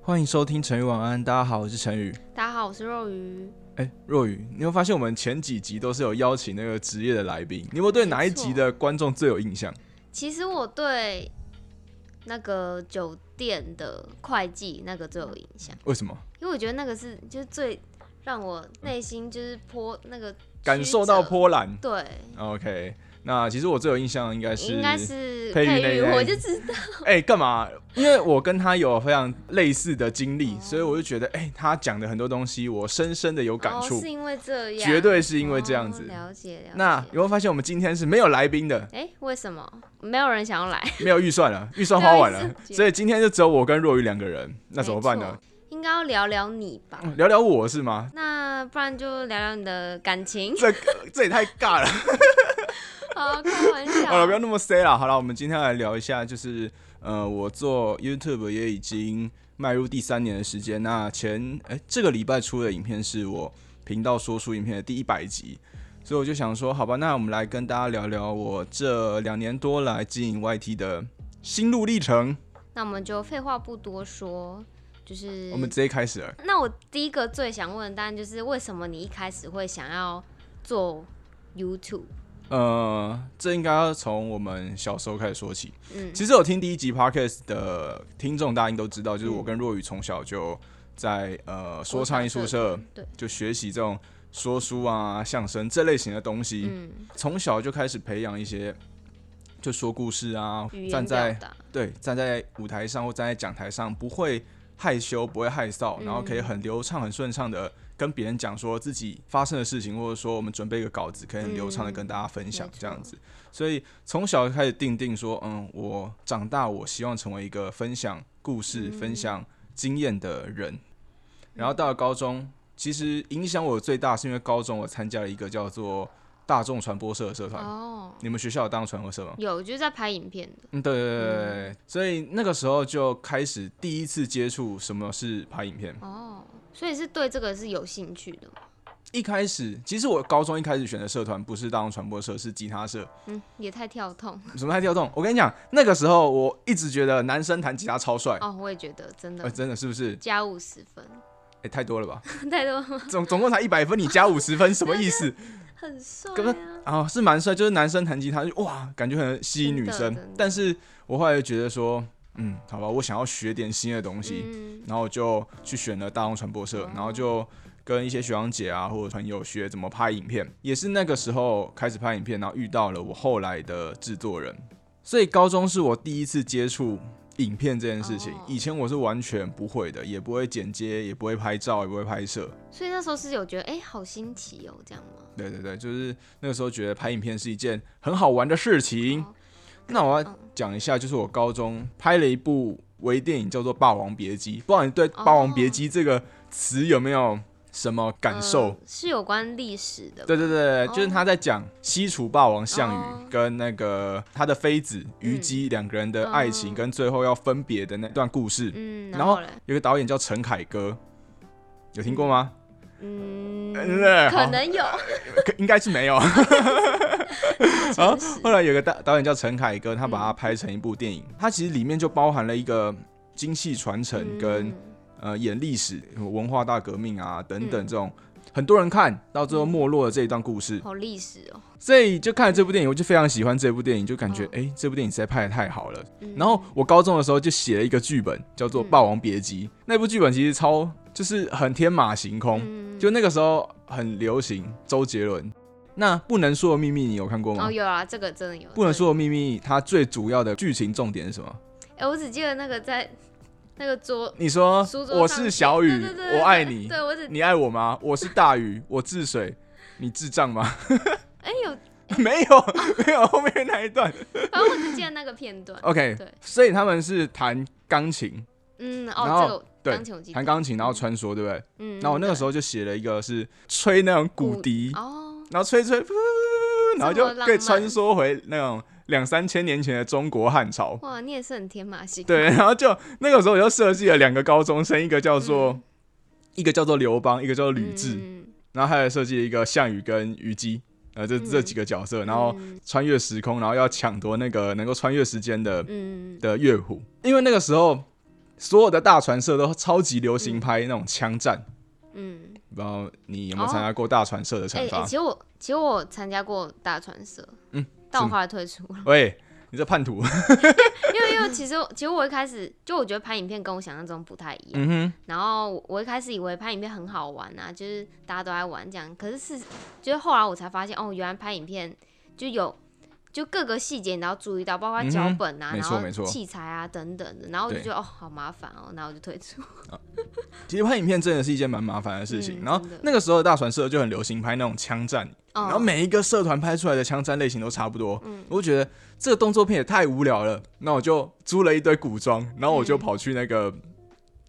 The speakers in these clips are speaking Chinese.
欢迎收听成语晚安，大家好，我是陈宇。大家好，我是肉鱼。哎，若雨，你有没有发现我们前几集都是有邀请那个职业的来宾？你有没有对哪一集的观众最有印象？其实我对那个酒店的会计那个最有影响，为什么？因为我觉得那个是就是最让我内心就是波那个感受到曲折。波澜。对， OK，那其实我最有印象应该是应该是佩佩玉那一玉，类我就知道。哎，干嘛？因为我跟他有非常类似的经哦历，所以我就觉得，哎，他讲的很多东西，我深深的有感哦，触是，因为这样，绝对是因为这样哦子。了解了解。那有没有发现我们今天是没有来宾的，哎、为什么没有人想要来？没有预算了，预算花完对了，是所以今天就只有我跟若雨两个人， 那怎么办呢没？错？应该要聊聊你吧。嗯聊聊我是吗？。那不然就聊聊你的感情 这这也太尬了，好，开玩笑。好了，不要那么 say 了。好了，我们今天来聊一下，就是呃，我做 YouTube 也已经迈入第三年的时间。那前哎、这个礼拜出的影片是我频道说书影片的第一百集，所以我就想说，好吧，那我们来跟大家聊聊我这两年多来经营 YT 的心路历程。那我们就废话不多说，就是我们直接开始了。那我第一个最想问的，当然就是为什么你一开始会想要做 YouTube？呃，这应该要从我们小时候开始说起。嗯其实有听第一集 podcast 的听众，大家应该都知道，嗯就是我跟若雨从小就在呃说唱艺术社对，就学习这种说书啊、相声这类型的东西，嗯，从、小就开始培养一些就说故事啊语，站言表在达，对站在舞台上或站在讲台上，不会害羞，不会害臊，嗯然后可以很流畅、很顺畅的。跟别人讲说自己发生的事情，或者说我们准备一个稿子，可以很流畅的嗯跟大家分享没错这样子。所以从小开始定定说，嗯，我长大我希望成为一个分享故嗯事、分享经验的人。然后到了高中，其实影响我最大是因为高中我参加了一个叫做大众传播社的社团。哦，你们学校有大众传播社吗？有就是在拍影片的，嗯，对对对对对，所以那个时候就开始第一次接触什么是拍影片。哦，所以是对这个是有兴趣的吗，一开始，其实我高中一开始选的社团不是大众传播社，是吉他社。嗯，也太跳痛什么还跳动？我跟你讲，那个时候我一直觉得男生弹吉他超帅，哦，我也觉得真的呃，真的是不是？加五十分， 哎、太多了吧？ 太多总总共才一百分，你加五十分，什么意 思？很帅根本啊，啊，是蛮帅，就是男生弹吉他就哇，感觉很吸引女真生的真的。但是我后来就觉得说，嗯，好吧，我想要学点新的东西，嗯，然后我就去选了大众传播社哦，然后就跟一些学长姐啊或者朋友学怎么拍影片，也是那个时候开始拍影片，然后遇到了我后来的制作人，所以高中是我第一次接触。影片这件事情哦，以前我是完全不会的，也不会剪接，也不会拍照，也不会拍摄。所以那时候是有觉得哎、好新奇哦，这样吗？对对对，就是那个时候觉得拍影片是一件很好玩的事情。哦那我要讲一下，就是我高中拍了一部微电影，叫做《霸王别嗯姬》，不知道你对《霸王别姬》这个词有没有什么感受？嗯是有关历史的吧，对对对，哦就是他在讲西楚霸王项哦羽跟那个他的妃子虞姬两个人的爱情，嗯跟最后要分别的那段故事。嗯，然然后后嘞，有个导演叫陈凯歌，有听过吗？嗯，对不对好可能有，嗯可应该是没 有。啊真是后来有个导导演叫陈凯歌，他把它拍成一部电影，嗯它其实里面就包含了一个精细传承跟、嗯呃演历史、文化大革命啊等等嗯这种。很多人看到最后没落的这一段故事嗯，好历史哦。所以就看了这部电影，我就非常喜欢这部电影，就感觉哦哎、诶这部电影实在拍的太好了。嗯然后我高中的时候就写了一个剧本，叫做《嗯霸王别姬》。那部剧本其实超就是很天马行空，嗯就那个时候很流行周杰伦。那《不能说的秘密》你有看过吗？哦有啊，这个真的有。不能说的秘密，它最主要的剧情重点是什么？对，哎，我只记得那个在那个桌，你说书桌哦我上是写小雨对对对，对我爱你，对我只你爱我吗？我是大雨，我治水，你智障吗？ 哎有，没有，没有后面那一段。反正我只记得那个片段。 OK，对所以他们是弹钢琴，嗯，然后哦，这对个钢琴我记得。弹钢琴，然后穿梭，对不对？嗯，嗯，然后我那个时候就写了一个是吹那种鼓骨笛，哦，然后吹吹，噗噗噗噗噗然后这么就浪可以漫穿梭回那种两三千年前的中国汉朝。哇，你也是很天马行空。 对，然后就那个时候我就设计了两个高中生，一个叫做、一个叫做刘邦，一个叫做吕雉，嗯，嗯然后还有设计了一个项羽跟虞姬，呃，这、这嗯几个角色，然后嗯穿越时空，然后要抢夺那个能够穿越时间的嗯，的乐谱，因为那个时候所有的大船社都超级流行拍那种枪战，嗯，不知道你有没有参加过大船社的哎、惩哎罚其？实我其实我参加过大传社，嗯，但我是后来退出了，喂，你这叛徒！ 因为因为其实其实我一开始就我觉得拍影片跟我想象中不太一样，嗯哼，然后我我一开始以为拍影片很好玩啊，就是大家都在玩这样，可是是就是后来我才发现哦，原来拍影片就有就各个细节你都要注意到，包括脚嗯哼本啊，没然错后没错器材啊等等的，然后我就对觉得哦好麻烦哦，然后我就退出。其实拍影片真的是一件蛮麻烦的事情。嗯然后真的那个时候的大船社就很流行拍那种枪战，然后哦，每一个社团拍出来的枪战类型都差不多。我就觉得这个动作片也太无聊了，那我就租了一堆古装，然后我就跑去那个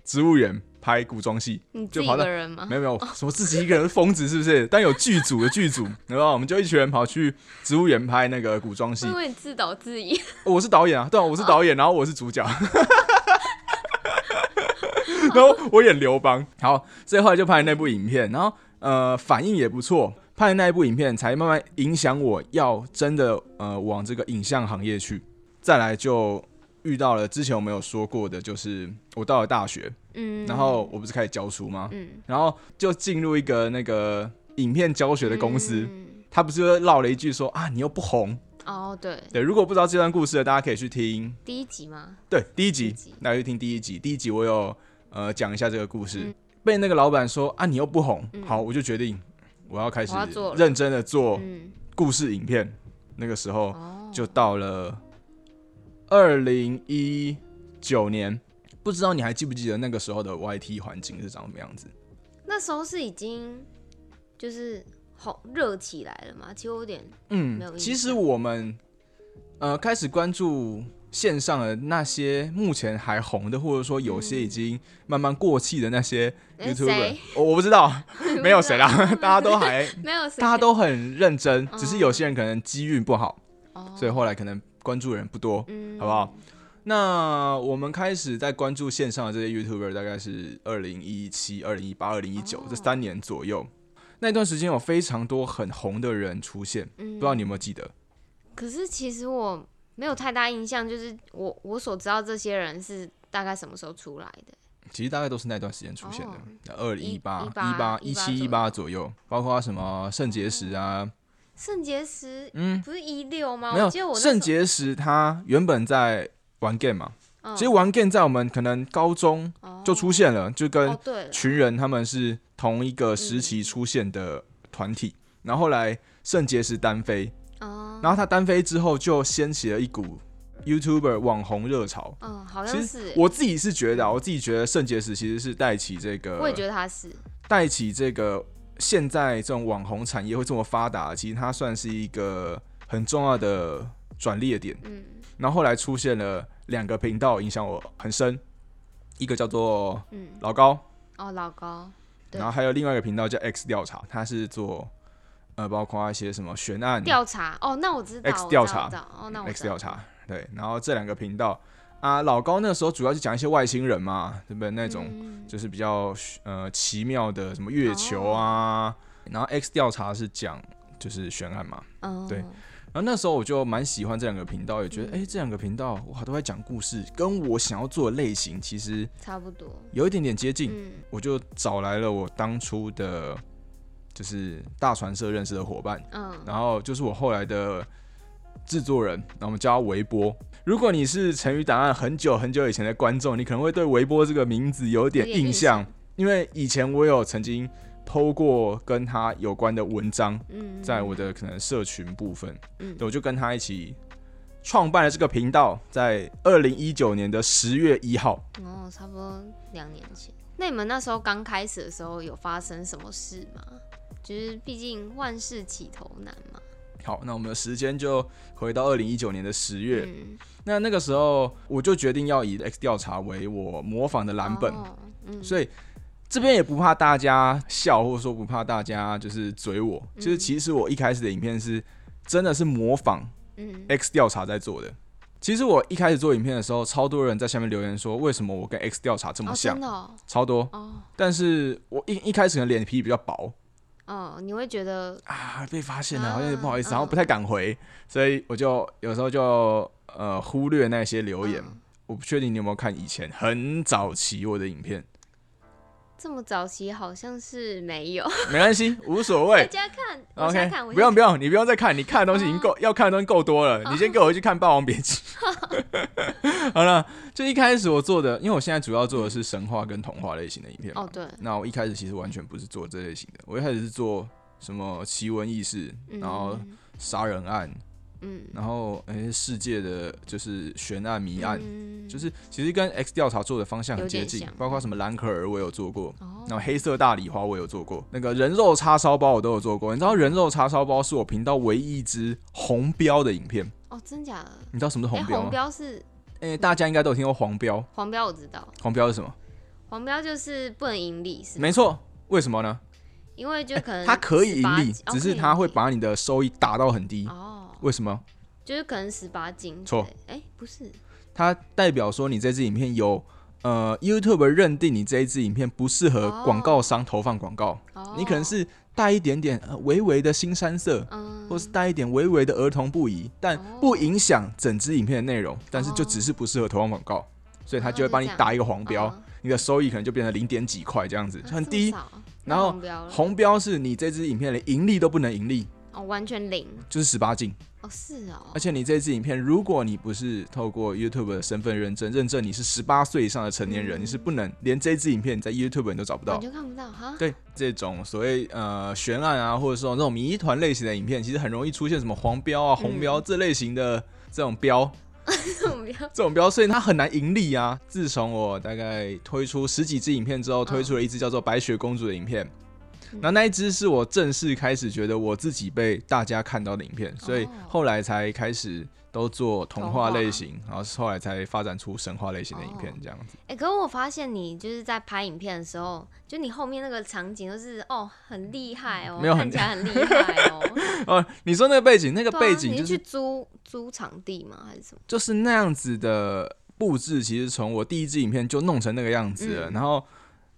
植物园拍古装戏。你自就己跑一到个人吗？没有没有，什么自己一个人疯子是不是？但有剧组的剧组， 然后我们就一群人跑去植物园拍那个古装戏会不。会你自导自演？ 哦我是导演啊，对啊，我是导演，然后我是主角， 然后我演刘邦。好，所以后来就拍那部影片，然后呃反应也不错，拍那一部影片才慢慢影响我要真的呃往这个影像行业去。再来就遇到了之前我们有说过的，就是我到了大学，嗯，然后我不是开始教书吗？嗯，然后就进入一个那个影片教学的公司，嗯他不是就绕了一句说啊你又不红。哦，对，对，如果不知道这段故事的，大家可以去听第一集嘛，对，第一集，第一集大家就听第一集。第一集我有呃讲一下这个故事，嗯被那个老板说啊，你又不红，好，我就决定我要开始我要做了认真的做嗯，故事影片。那个时候哦，就到了二零一九年，不知道你还记不记得那个时候的 YT 环境是长什么样子？那时候是已经就是红热起来了嘛，其实我有点嗯没有，印其实象我们呃开始关注线上的那些目前还红的，或者说有嗯些已经慢慢过气的那些哎 YouTuber，谁我我不知道， 没有 谁啦，大家都还还 没有谁，大家都很认真，哦只是有些人可能机运不好，哦所以后来可能关注的人不多，嗯好不好？那我们开始在关注线上的这些 YouTuber，大概是二零一七、二零一八、二零一九这三年左右。那段时间有非常多很红的人出现，不嗯知道你有没有记得？可是其实我没有太大印象，就是我我所知道这些人是大概什么时候出来的？其实大概都是那段时间出现哦的，二零一八、一18八、一七、一八左右，包括什么肾结石啊，肾结石嗯，不是一六吗？没有我记哦得我那时候肾结石，他原本在玩 game 嘛，嗯其实玩 game 在我们可能高中就出现了，就跟哦对了，群人他们是同一个时期出现的团嗯体，然后后来肾结石单飞，哦然后他单飞之后就掀起了一股 YouTuber 网红热潮。嗯，好其像是实欸，我自己是觉得啊，我自己觉得肾结石其实是带起这个，我也觉得他是，带起这个现在这种网红产业会这么发达，其实它算是一个很重要的转捩点。嗯然后后来出现了两个频道，影响我很深，一个叫做嗯，老高，哦老高，对然后还有另外一个频道叫 X 调查，它是做呃包括一些什么悬案调查哦，那我知道嗯 X 我知道调查我知道哦，那我 X 知道调查，对，然后这两个频道啊，老高那时候主要就讲一些外星人嘛，对不对？那种嗯就是比较呃奇妙的什么月球啊，然后 X 调查是讲就是悬案嘛，哦对然后那时候我就蛮喜欢这两个频道，也觉得哎、嗯诶这两个频道哇都在讲故事，跟我想要做的类型其实差不多，有一点点接近，嗯我就找来了我当初的，就是大船社认识的伙伴，嗯，然后就是我后来的制作人，然后我们叫他微波。如果你是《成语档案》很久很久以前的观众，你可能会对微波这个名字有点有点印印象，象因为以前我有曾经剖过跟他有关的文章，嗯在我的可能社群部分，嗯对我就跟他一起创办了这个频道，在二零一九年的十月一号。哦，差不多两年前。那你们那时候刚开始的时候有发生什么事吗？就是毕竟万事起头难嘛。好，那我们的时间就回到二零一九年的十月。嗯，那那个时候，我就决定要以 X 调查为我模仿的蓝本，哦、嗯，所以这边也不怕大家笑，或者说不怕大家就是嘴我。嗯就是其实我一开始的影片是真的是模仿嗯 X 调查在做的。其实我一开始做影片的时候，超多人在下面留言说为什么我跟 X 调查这么哦，像，真的哦，超多。哦但是我一一开始可能脸皮比较薄哦，你会觉得啊，被发现了好像有点啊不好意思，然后嗯不太敢回，所以我就有时候就呃忽略那些留言。嗯我不确定你有没有看以前很早期我的影片，这么早期好像是没有，没关系，无所我谓。家看， 我家 OK，看，我不现用在嗯不用，你不用再看，你看的东西已经够，要看的东西够多了。你先给我回去看《霸王别姬》 好了，就一开始我做的，因为我现在主要做的是神话跟童话类型的影片嘛。哦，对，那我一开始其实完全不是做这类型的，我一开始是做什么奇闻异事，嗯然后杀人案，嗯，然后诶、世界的就是悬案谜案，嗯就是其实跟 X 调查做的方向很有接点近像，包括什么蓝可儿我有做过，哦，然后黑色大礼花我有做过，那个人肉叉烧包我都有做过。你知道人肉叉烧包是我频道唯一一支红标的影片，哦，真假的？你知道什么是哎，红标红吗？标是诶、大家应该都有听过黄标，黄标，我知道，黄标是什么？黄标就是不能盈利，是吗没错，为什么呢？因为就可能它哎可以盈利， 18只是它会哦可以把你的收益打到很盈低利。哦，为什么？就是可能十八禁之错类，哎，不是，它代表说你这支影片有呃 YouTube 认定你这一支影片不适合哦广告商投放广告，哦，你可能是带一点点呃微微的新山色，嗯，或是带一点微微的儿童不宜，但哦不影响整支影片的内容，但是就只是不适合投放广告，所以它就会帮你打一个黄标，哦你的收益可能就变成零点几块这样子，啊很这么低。少啊然那后红标了红标是你这支影片连盈利都不能盈利，哦，完全零就是十八禁。哦，是哦而，且你这支影片，如果你不是透过 YouTube 的身份认证，认证你是十八岁以上的成年人，嗯你是不能连这支影片你在 YouTube 你都找不到完。全看不到哈， 对这种所谓呃悬案啊，或者说那种谜团类型的影片，其实很容易出现什么黄标啊、红标这类型的这种标，红标这种标，所以它很难盈利啊。自从我大概推出十几支影片之后，推出了一支叫做《白雪公主》的影片，嗯那那一支是我正式开始觉得我自己被大家看到的影片，所以哦后来才开始都做童童话话类型，然后后来才发展出神话类型的影片哦这样子。哎、可是我发现你就是在拍影片的时候，就你后面那个场景都是哦，很厉害哦，没有很看起来很厉害 哦。哦、你说那个背景，那个对啊背景你就是是去租租场地吗？还是什么？就是那样子的布置，其实从我第一支影片就弄成那个样子了。嗯然后，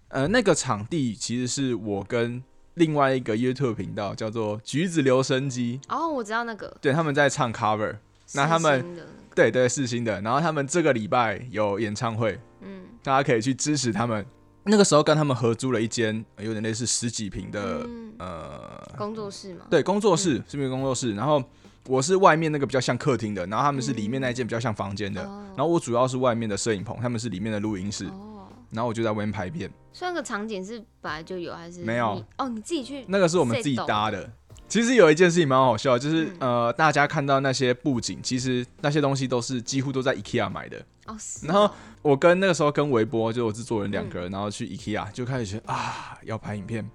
呃，那个场地其实是我跟另外一个 YouTube 频道叫做“橘子留声机哦，我知道那个”，，对他们在唱 cover，那四他们星的那个对对，是新的。然后他们这个礼拜有演唱会，嗯大家可以去支持他们。那个时候跟他们合租了一间呃有点类似十几平的、嗯呃工作室嘛，对，工作嗯室，是不是工作室？然后我是外面那个比较像客厅的，然后他们是里面那一间比较像房间的。嗯哦然后我主要是外面的摄影棚，他们是里面的录音室。哦，然后我就在外面拍片，所以那个场景是本来就有还是没有你？哦，你自己去那个是我们自己搭的。其实有一件事情蛮好笑的，就是、嗯呃，大家看到那些布景，其实那些东西都是几乎都在 IKEA 买的。哦，是然后我跟那个时候跟微波，就是我制作人两嗯个人，然后去 IKEA 就开始觉得啊，要拍影片，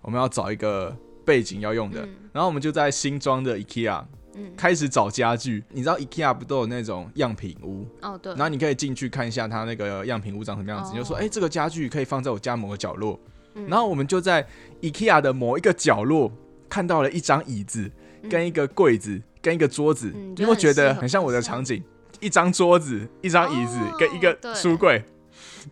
我们要找一个背景要用的。嗯然后我们就在新庄的 IKEA 嗯开始找家具。你知道 IKEA 不都有那种样品屋，哦对然，后你可以进去看一下它那个样品屋长什么样子，哦你就说，哎、这个家具可以放在我家某个角落。嗯然后我们就在 IKEA 的某一个角落看到了一张椅子、嗯跟一个柜子、跟一个桌子，嗯你就会很觉得适合很像我的场景，一张桌子、一张椅子、哦跟一个对书柜。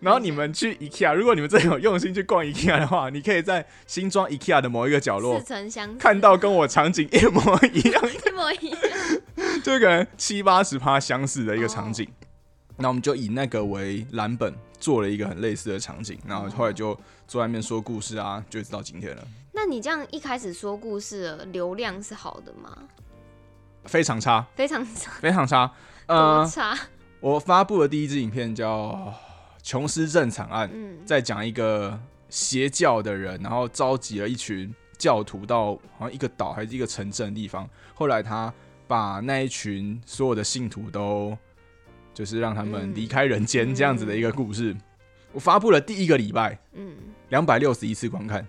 然后你们去 IKEA，如果你们真的有用心去逛 IKEA 的话，你可以在新庄 IKEA 的某一个角落似曾相识看到跟我场景一模一样一模一样， 就可能七八十趴相似的一个场景。那我们就以那个为蓝本，做了一个很类似的场景，然后后来就坐在那边说故事啊，就一直到今天了，那你这样一开始说故事了，流量是好的吗？非常差，非常差，非常差。多呃，差，我发布的第一支影片叫《琼斯镇惨案》，嗯，在讲一个邪教的人，然后召集了一群教徒到好像一个岛还是一个城镇的地方，后来他把那一群所有的信徒都就是让他们嗯离开人间这样子的一个故事。我发布了第一个礼拜嗯，两百六十一次观看，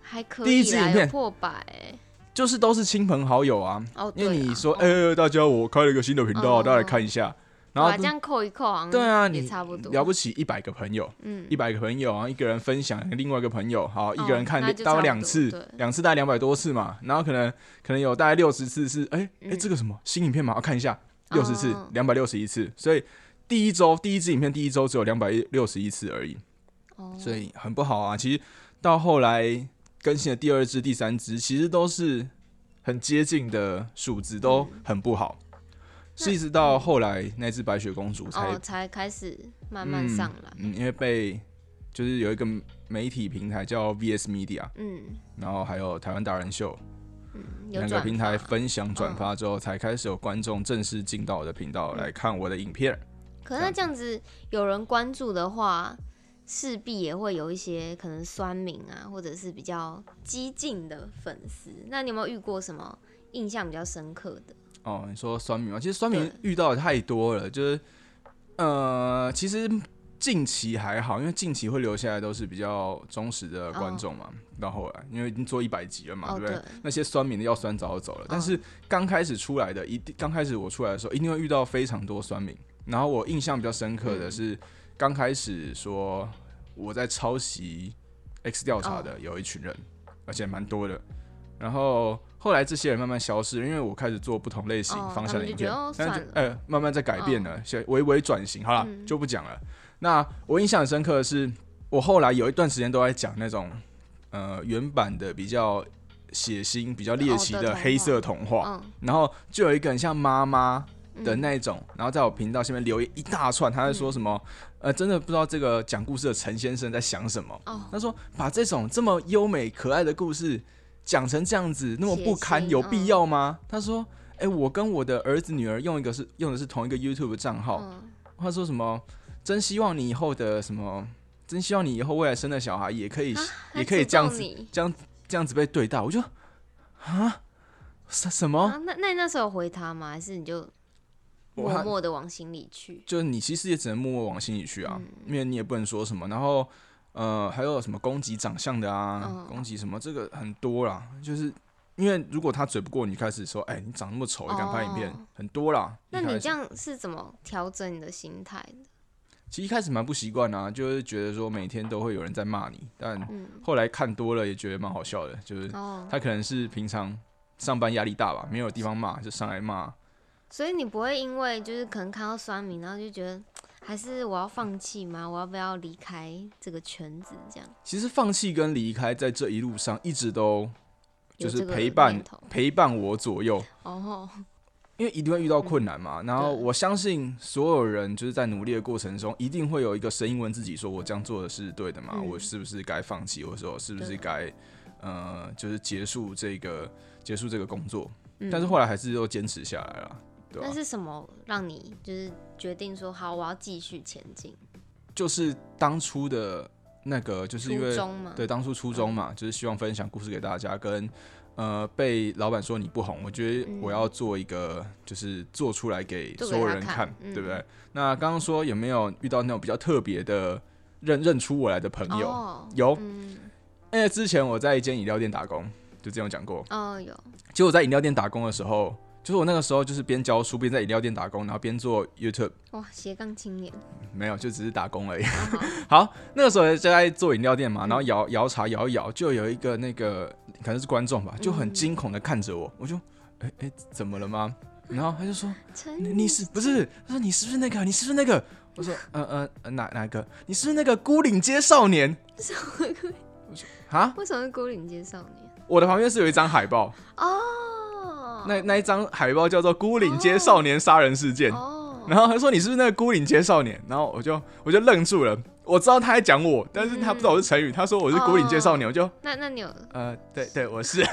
还可以啦，第一支影片有破百欸、就是都是亲朋好友啊，哦，因为对啊你说哦哎、欸大家我开了一个新的频道，哦大家来看一下，然哇后这样扣一扣，好像对啊，也你差不多，了不起一百个朋友。嗯一，百个朋友，然后一个人分享另外一个朋友，好，一个人看哦那就大概差不多两次对，两次大概两百多次嘛，然后可能可能有大概六十次是，哎、哎、嗯这个什么新影片嘛，啊要看一下，六十次哦，两百六十一次，所以第一周第一支影片第一周只有两百六十一次而已，哦，所以很不好啊。其实到后来更新的第二支、第三支，其实都是很接近的数字，都很不好。是一直到后来那只白雪公主才嗯哦，才开始慢慢上来。嗯，因为被就是有一个媒体平台叫 VS Media，嗯然后还有台湾达人秀嗯，有两个转平台发分享转嗯发之后，才开始有观众正式进到我的频道来看我的影片。可是那这样子有人关注的话，势必也会有一些可能酸民啊，或者是比较激进的粉丝。那你有没有遇过什么印象比较深刻的？哦，你说酸民吗？其实酸民对遇到的太多了，就是呃，其实近期还好，因为近期会留下来都是比较忠实的观众嘛。到后来，因为已经做一百集了嘛，哦对不对？对哦那些酸民的要酸早就走了，但是刚开始出来的，一定刚开始我出来的时候，一定会遇到非常多酸民。然后我印象比较深刻嗯的是，刚开始说我在抄袭 X 调查哦的有一群人，而且蛮多的。然后后来这些人慢慢消失，因为我开始做不同类型哦方向的影片，他们就觉但得哦是算了哦呃慢慢在改变了，些微微转型。好了，嗯就不讲了。那我印象很深刻的是，我后来有一段时间都在讲那种呃原版的比较血腥、比较猎奇哦的的童话黑色童话，嗯然后就有一个很像妈妈的嗯那一种，然后在我频道下面留言一大串，他在说什么？嗯呃，真的不知道这个讲故事的陈先生在想什么。哦，他说把这种这么优美可爱的故事讲成这样子，那么不堪，血腥有必要吗？嗯他说，哎、我跟我的儿子女儿用一个是用的是同一个 YouTube 账号，嗯，他说什么？真希望你以后的什么？真希望你以后未来生的小孩也可以，也可以这样啊还子诅咒，你这样这样子被对待。我就啊，什什么？啊？那那你那时候有回他吗？还是你就哦我还默默的往心里去？就是你其实也只能默默往心里去啊，嗯因为你也不能说什么。然后呃，还有什么攻击长相的啊，嗯攻击什么这个很多啦，就是。因为如果他嘴不过你，开始说，哎、你长那么丑，也敢拍影片，哦很多啦。那一开你始这样是怎么调整你的心态的？其实一开始蛮不习惯啊，就是觉得说每天都会有人在骂你，但嗯，后来看多了也觉得蛮好笑的，就是哦，嗯他可能是平常上班压力大吧，没有地方骂就上来骂。所以你不会因为就是可能看到酸民，然后就觉得还是我要放弃吗？我要不要离开这个圈子？这样其实放弃跟离开在这一路上一直都就有是这个陪伴念头陪伴我左右，哦，因为一定会遇到嗯困难嘛。然后我相信所有人就是在努力的过程中，一定会有一个声音问自己说：我这样做的是对的吗？嗯我是不是该放弃？或者说我是不是对该呃，就是结束这个结束这个工作？嗯但是后来还是又坚持下来了，对啊吧、那是什么让你就是决定说好，我要继续前进？就是当初的那个，就是因初为衷吗？对，当初初衷嘛，就是希望分享故事给大家，跟呃被老板说你不红，我觉得我要做一个，就是做出来给嗯做给所有他人看看，嗯对不对？那刚刚说有没有遇到那种比较特别的认认出我来的朋友？哦，有，嗯，因为之前我在一间饮料店打工，就之前有讲过。哦有，结果我在饮料店打工的时候，就是我那个时候就是边教书边在饮料店打工，然后边做 YouTube，哇，斜杠青 年，没有，就只是打工而已。啊好好，那个时候就在做饮料店嘛，然后摇摇茶摇一摇，就有一个那个可能是观众吧，就很惊恐的看着我，我就，哎、哎、怎么了吗？然后他就说，陈你你是不是？他说你是不是那个？你是不是那个？我说，呃呃呃，哪哪个？你是不是那个孤岭街少年？啊！为什么是孤岭街少年？我的旁边是有一张海报，哦，那那一张海报叫做《孤岭街少年杀人事件》。哦，然后他说你是不是那个孤岭街少年？然后我就我就愣住了，我知道他在讲我，但是他不知道我是成语，他说我是孤岭街哦少年，我就那那你有呃对对我是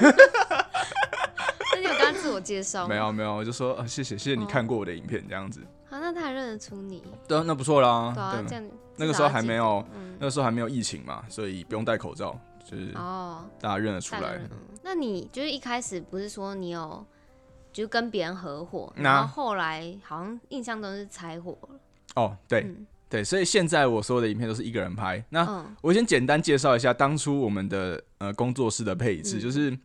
那你有跟他自我介绍吗 没？有没有，我就说呃谢谢谢谢哦你看过我的影片这样子，啊，那他还认得出你，对那不错啦对，啊，这对，样那个时候还没有，有嗯，那个时候还没有疫情嘛，所以不用戴口罩，就是哦，大家认得出大概来认。嗯那你就是一开始不是说你有就跟别人合伙，那然后后来好像印象中是拆伙了，哦，对嗯对，所以现在我所有的影片都是一个人拍。那嗯我先简单介绍一下当初我们的呃工作室的配置，嗯就是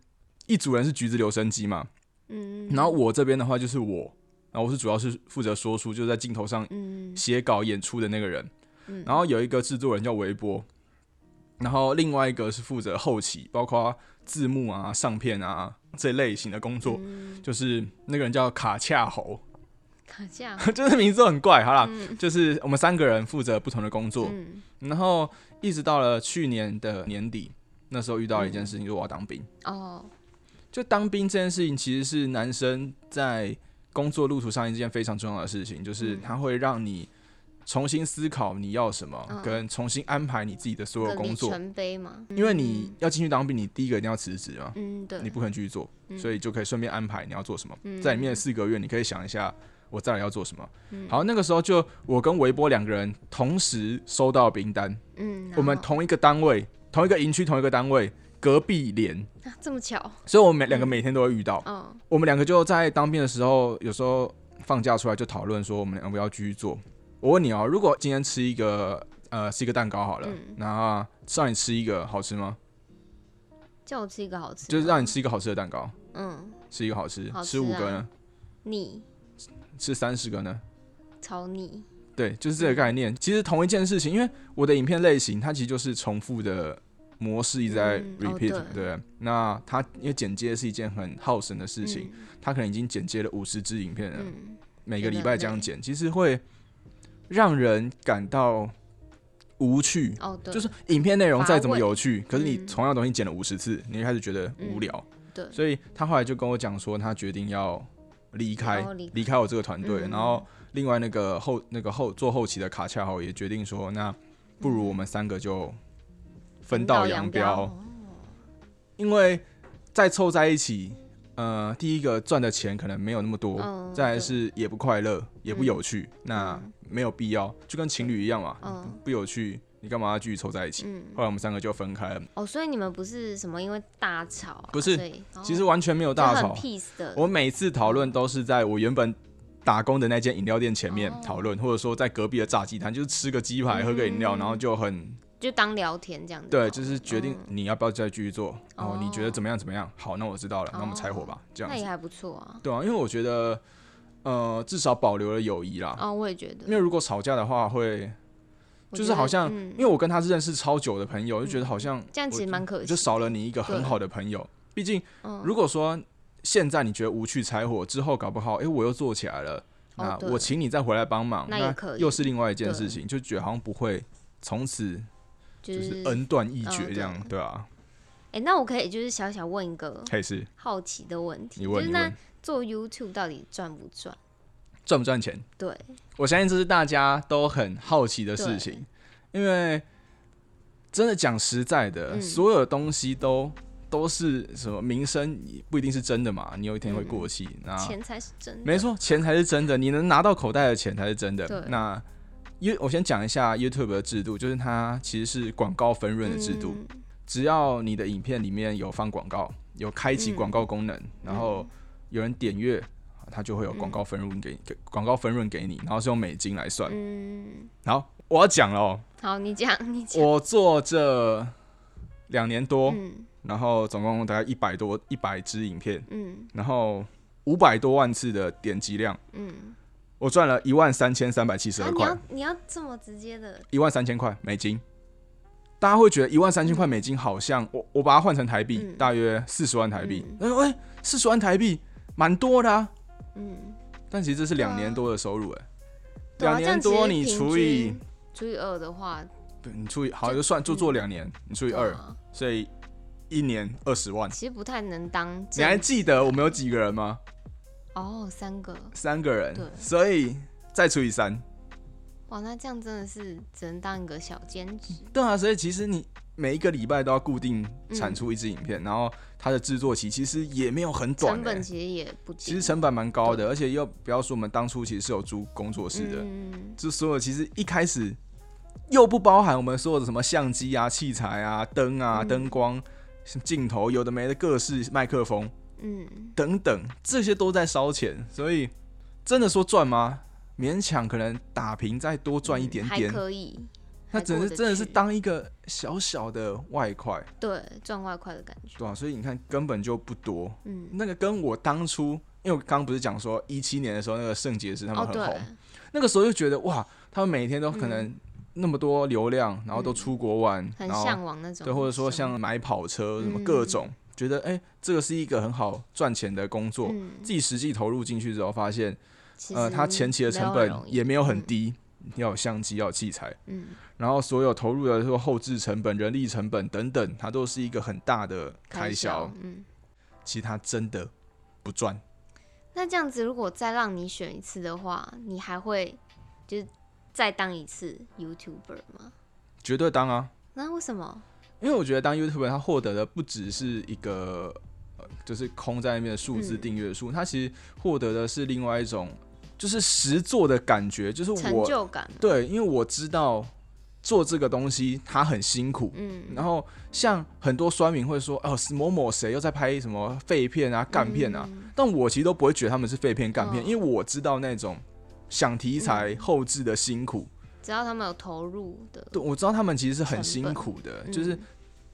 一组人是橘子留声机嘛，嗯，然后我这边的话就是我，然后我是主要是负责说书，就是在镜头上嗯写稿演出的那个人。嗯然后有一个制作人叫韦波，然后另外一个是负责后期，包括字幕啊、上片啊这类型的工作。嗯就是那个人叫卡恰 猴，卡架，就是名字都很怪。好啦，嗯就是我们三个人负责不同的工作，嗯然后一直到了去年的年底，那时候遇到一件嗯事情，就是我要当兵。哦就当兵这件事情，其实是男生在工作路途上一件非常重要的事情，就是嗯它会让你重新思考你要什么，嗯跟重新安排你自己的所一有个工里作。程碑嘛。因为你要进去当兵，你第一个一定要辞职嘛，嗯，对，你不可能继续做，所以就可以顺便安排你要做什么。嗯在里面的四个月，你可以想一下我再来要做什么。好，那个时候就我跟维波两个人同时收到兵单，嗯，然我们后同一个单位、同一个营区、同一个单位，隔壁连，啊这么巧，所以我们两个每天都会遇到。嗯我们两个就在当兵的时候，有时候放假出来就讨论说，我们要不要继续做。我问你哦，如果今天吃一个呃吃一个蛋糕好了，嗯然后让你吃一个好吃吗？叫我吃一个好吃的，就是让你吃一个好吃的蛋糕，嗯，吃一个好吃，好吃吃五啊个呢？腻，吃三十个呢？超腻，对，就是嗯这个概念。其实同一件事情，因为我的影片类型，它其实就是重复的模式一直在嗯哦 repeat，、对对。那它因为剪接是一件很耗神的事情，它可能已经剪接了五十支影片了，嗯，每个真的礼拜很这样累剪，其实会让人感到无趣嗯，。哦对，就是影片内容再怎么乏味有趣，可是你嗯同样的东西剪了五十次，你一开始觉得无聊。对所以他后来就跟我讲说，他决定要离开哦离开离开我这个团队，嗯然后另外那个后那个后做后期的卡恰豪也决定说，那不嗯如我们三个就分道扬镳，哦因为再凑在一起，呃，第一个赚的钱可能没有那么多，嗯再来对是也不快乐，也不有趣，那嗯没有必要，就跟情侣一样嘛，嗯不有趣，你干嘛要继续凑在一起？嗯，后来我们三个就分开了，哦，所以你们不是什么因为大吵啊，不是所以，其实完全没有大吵哦就很，peace 的，我每次讨论都是在我原本打工的那间饮料店前面哦嗯讨论，或者说在隔壁的炸鸡摊，就是吃个鸡排、喝个饮料，然后就很就当聊天这样子，对，就是决定你要不要再继续做，然后嗯哦你觉得怎么样怎么样？好，那我知道了，那我们拆伙吧，这样那也子。还不错啊。对啊，因为我觉得，呃，至少保留了友谊啦。哦，我也觉得因，为如果吵架的话会，我就觉是得好像，嗯因为我跟他是认识超久的朋友，就觉得好像这样其实蛮可惜的，就少了你一个很对好的朋友。毕竟，嗯如果说现在你觉得无趣柴火，之后搞不好，诶，我又做起来了，那哦对我请你再回来帮忙，那也可以又是另外一件事情，就觉得好像不会从此就就是是恩断义绝嗯这样，对啊？哎、那我可以就是小小问一个可以是，好奇的问题，你问就是你那问，做 YouTube 到底赚不赚？赚不赚钱？对，我相信这是大家都很好奇的事情，因为真的讲实在的，嗯所有东西都都是什么名声不一定是真的嘛，你有一天会过期，那嗯钱才是真的。啊没错，钱才是真的，你能拿到口袋的钱才是真对的。那 You 我先讲一下 YouTube 的制度，就是它其实是广告分润的制度，嗯只要你的影片里面有放广告，有开嗯启广告功能，然后有人点阅。它就会有广告分润给你，给广告分润给你，然后是用美金来算。嗯，好，我要讲了哦，好，你讲，你讲。我做这两年多，嗯然后总共大概一百多一百支影片，嗯然后五百多万次的点击量，嗯，我赚了一万三千三百七十啊，二你块要，你要这么直接的，一万三千块美金。大家会觉得一万三千块美金好像我我把它换成台币，嗯大约四十万台币嗯。哎、喂，四、十万台币蛮多的啊，嗯，但其实这是两对啊年多的收入哎、对啊两年多你除以。这样其实平均除以二的话，对你除以好这就算就做两年，你除以对二，啊，所以一年二十万。其实不太能当你还正。记得我们有几个人吗？哦，三个，三个人对，所以再除以三，哇，那这样真的是只能当一个小兼职。对啊，所以其实你每一个礼拜都要固定产嗯出一支影片，然后它的制作期其实也没有很短、成本欸其实也不低，其实成本蛮高的，而且又不要说我们当初其实是有租工作室的，嗯这、所有其实一开始又不包含我们所有的什么相机啊、器材啊、灯啊、嗯灯、光、镜头，有的没的各式麦克风嗯，等等，这些都在烧钱，所以真的说赚吗？勉强可能打平再多赚一点嗯还点，可以。那只能还过是得真的是去当一个小小的外快，对赚外快的感觉，对啊，所以你看根本就不多。嗯，那个跟我当初，因为我刚刚不是讲说一七年的时候那个圣洁是他们哦很对红，，那个时候就觉得哇，他们每天都可能那么多流量，然后都出国玩，嗯很然后向往那种生活，对，或者说像买跑车什么嗯各种，觉得哎、这个是一个很好赚钱的工作。嗯，自己实际投入进去之后，发现其呃，实它前期的成没有本很容易也没有很，低，要有相机，要有器材，嗯，然后所有投入的这个后置成本、人力成本等等，它都是一个很大的开开销。嗯，其实它真的不赚，那这样子，如果再让你选一次的话，你还会就是再当一次 YouTuber 吗？绝对当啊，那为什么？因为我觉得当 YouTuber 他获得的不只是一个呃，就是空在那边的数字嗯订阅数，他其实获得的是另外一种就是实做的感觉，就是成我就感吗？对，因为我知道做这个东西他很辛苦，嗯，然后像很多酸民会说，哦，某某谁又在拍什么废片啊、干片啊，嗯但我其实都不会觉得他们是废片、干片，嗯因为我知道那种想题材后置的辛苦，只要他们有投入的，对，我知道他们其实是很成辛本苦的，嗯就是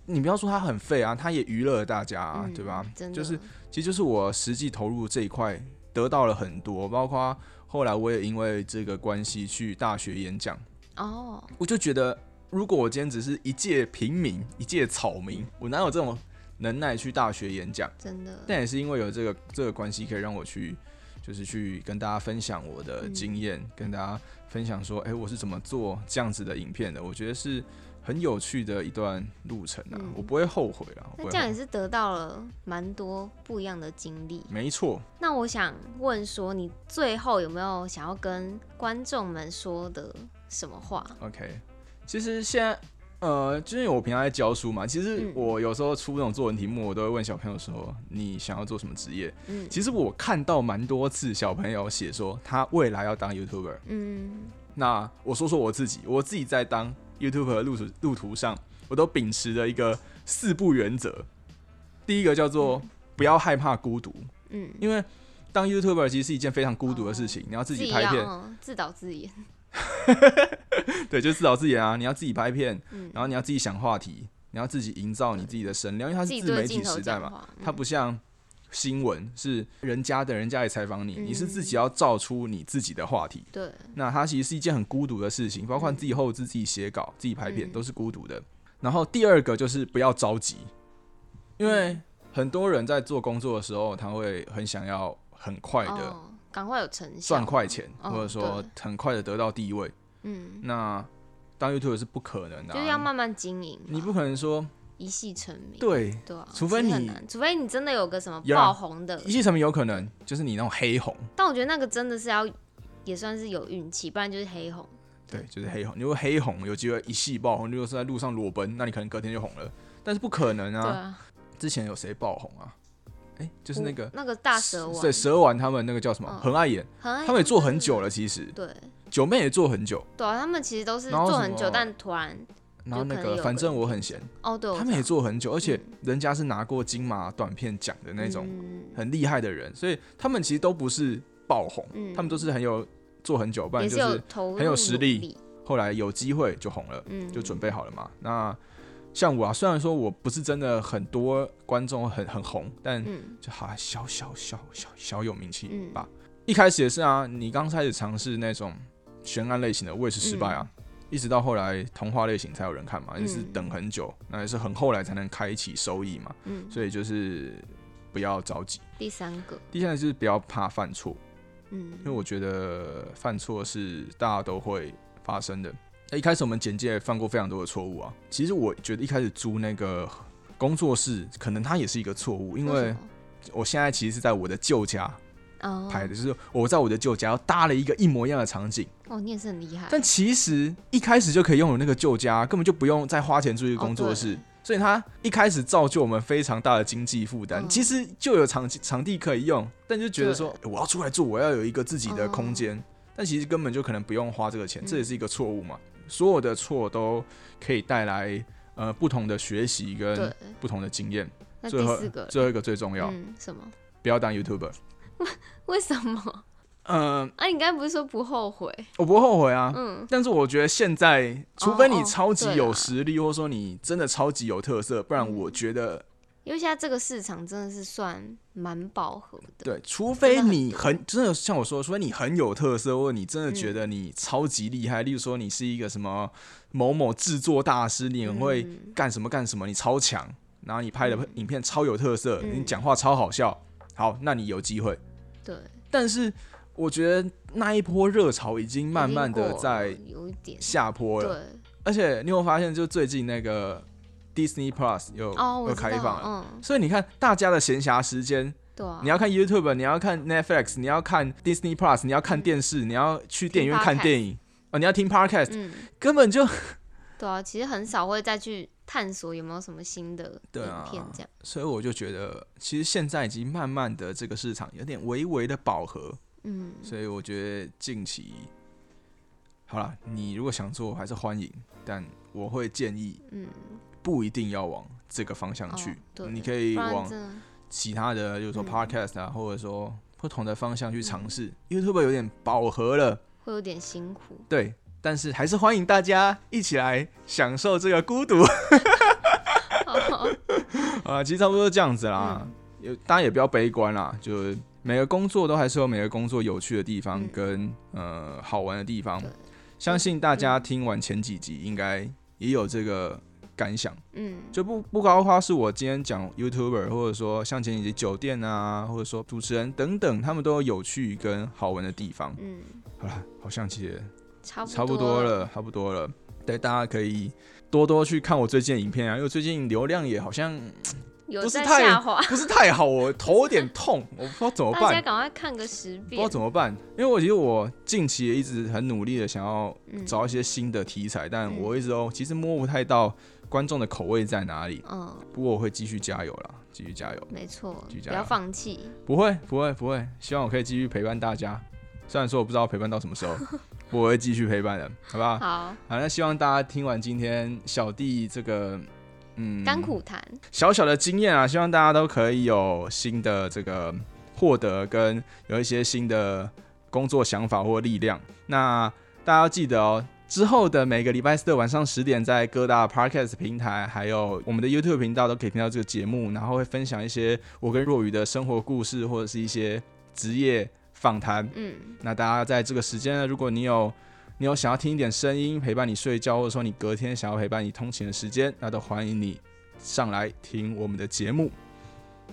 你不要说他很废啊，他也娱乐了大家、啊，嗯对吧？真的就是其实就是我实际投入这一块得到了很多，包括后来我也因为这个关系去大学演讲，哦，我就觉得，如果我今天只是一介平民、一介草民，我哪有这种能耐去大学演讲？真的，但也是因为有这个这个关系，可以让我去，就是去跟大家分享我的嗯经验，跟大家分享说，哎、我是怎么做这样子的影片的。我觉得是很有趣的一段路程啊，嗯我不会后悔啊。我不那会这样后也悔是得到了蛮多不一样的经历。没错，那我想问说，你最后有没有想要跟观众们说的什么话？ OK，其实现在呃，就是因为我平常在教书嘛，其实嗯我有时候出那种作文题目，我都会问小朋友说，你想要做什么职业？嗯其实我看到蛮多次小朋友写说他未来要当 YouTuber。嗯那我说说我自己，我自己在当 YouTuber 的路途路途上，我都秉持着一个四不原则。第一个叫做不要害怕孤独，嗯，因为当 YouTuber 其实是一件非常孤独的事情，你要哦自己拍要片，嗯自导自演，对，就自导自演啊，你要自己拍片，嗯，然后你要自己想话题，你要自己营造你自己的声量，因为它自是己自对媒镜体头时代讲嘛，话，它嗯不像新闻是人家的人家来采访你，嗯你是自己要造出你自己的话题。对，那它其实是一件很孤独的事情，包括你自己后置、自己写稿、自己拍片嗯都是孤独的。然后第二个就是不要着急，因为很多人在做工作的时候，他会很想要很快的哦，赶快有成效，赚快钱，哦或者说对很快的得到地位。嗯，那当 YouTube 是不可能的、就是要啊，慢慢经营嘛，你不可能说一系成名，对对啊，除非你其实很难除非你真的有个什么呀爆红的一气成名有可能，就是你那种黑红，但我觉得那个真的是要也算是有运气，不然就是黑红。对，就是黑红。你如果黑红，有机会一夕爆红，如果是在路上裸奔，那你可能隔天就红了，但是不可能对啊。啊，之前有谁爆红啊？哎、就是那个嗯我那个大蛇丸，对蛇丸他们那个叫什么嗯很爱演，很爱他们也做很久了，其实对九妹也做很久，对啊，他们其实都是然后做什很久，么但突然然后那就可能个有反正我很闲，哦，对，我他们也知道做很久，而且人家是拿过金马短片奖的那种嗯很厉害的人，所以他们其实都不是爆红，嗯他们都是很有做很久，不然也就是有投入很有实力努力，后来有机会就红了，嗯，就准备好了嘛。那像我啊，虽然说我不是真的很多观众很很红，但嗯就好像小小小小小有名气嗯吧。一开始也是啊，你刚开始尝试那种悬案类型的，我也是失败啊。一直到后来童话类型才有人看嘛，嗯也是等很久，那也是很后来才能开启收益嘛。嗯，所以就是不要着急。第三个，第三个就是不要怕犯错，嗯，因为我觉得犯错是大家都会发生的。那一开始我们简介犯过非常多的错误啊。其实我觉得一开始租那个工作室，可能它也是一个错误，因为什么我现在其实是在我的旧家哦拍的，就是我在我的旧家搭了一个一模一样的场景，哦，你也是很厉害，但其实一开始就可以拥有那个旧家，根本就不用再花钱租一个工作室。哦所以它一开始造就我们非常大的经济负担，嗯其实就有场场地可以用，但就觉得说、哎诶我要出来做，我要有一个自己的空间，但其实根本就可能不用花这个钱，嗯这也是一个错误嘛。所有的错都可以带来呃不同的学习跟对，不同的经验。那最第后四个，最后一个最重要，嗯，什么？不要当 YouTuber。为什么？嗯、啊，你刚才不是说不后悔？我不后悔啊，嗯，但是我觉得现在，除非哦你哦超级对有啦实力，或者说你真的超级有特色，不然嗯我觉得，因为现在这个市场真的是算蛮饱和的，对，除非很你多很真的像我说，除非你很有特色，或者你真的觉得你超级厉害，例如说你是一个什么某某制作大师，你很会嗯干什么干什么，你超强，然后你拍的嗯影片超有特色，你嗯讲话超好笑，好，那你有机会。对，但是我觉得那一波热潮已经慢已经慢的过了在有一点，下坡了。对，而且你有没有发现，就最近那个 Disney Plus 有、哦，我有知开道放了，嗯，所以你看大家的闲暇时间对啊你，要看 YouTube，你要看 Netflix，你要看 Disney Plus，你要嗯看电视，你要去电影院看电影，哦，你要听 Podcast，、嗯，根本就对啊，其实很少会再去探索有没有什么新的对啊影片这样。所以我就觉得，其实现在已经慢慢的这个市场有点微微的饱和，嗯，所以我觉得近期，好啦，你如果想做还是欢迎，但我会建议，嗯，不一定要往这个方向哦去，对你可以不然往真的其他的，就是说嗯 Podcast 啊，或者说不同的方向去尝试。YouTube 有点饱和了，会有点 辛苦。 对，但是还是欢迎大家一起来享受这个孤 独啊。其实差不多这样子啦。嗯有大家也不要悲观啦，就每个工作都还是有每个工作有趣的地方嗯跟、呃好玩的地方对。嗯相信大家听完前几集应该也有这个感想，嗯，就不不包括是我今天讲 YouTuber，或者说像前几集酒店啊，或者说主持人等等，他们都有有趣跟好玩的地方。嗯，好啦，好像其实差不差不多多。了，差不多了。对，大家可以多多去看我最近的影片啊，因为最近流量也好像有不是在太下滑，不是太好，我头有点痛，我不知道怎么大办家，赶快看个十不知道遍。怎么办。因为我其实我近期也一直很努力的想要嗯，找一些新的题材，但我一直都其实摸不太到观众的口味在哪里。嗯，不过我会继续加油啦，继续加油，没错，继续不加油要放弃。不会不会不会，希望我可以继续陪伴大家。虽然说我不知道陪伴到什么时候，不过我会继续陪伴的，好不好？好，好，那希望大家听完今天小弟这个嗯甘苦谈。小小的经验啊，希望大家都可以有新的这个获得，跟有一些新的工作想法或力量。那大家要记得哦，之后的每个礼拜四的晚上十点，在各大 podcast 平台还有我们的 YouTube 频道都可以听到这个节目，然后会分享一些我跟若雨的生活故事，或者是一些职业访谈。嗯，那大家在这个时间呢，如果你有你有想要听一点声音陪伴你睡觉，或者说你隔天想要陪伴你通勤的时间，那都欢迎你上来听我们的节目。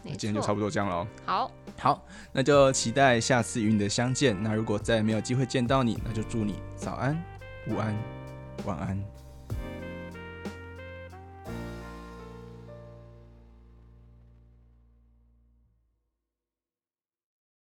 那没今天就差错。不多这样了哦。好，好，那就期待下次与你的相见。那如果再没有机会见到你，那就祝你早安、午安、晚安、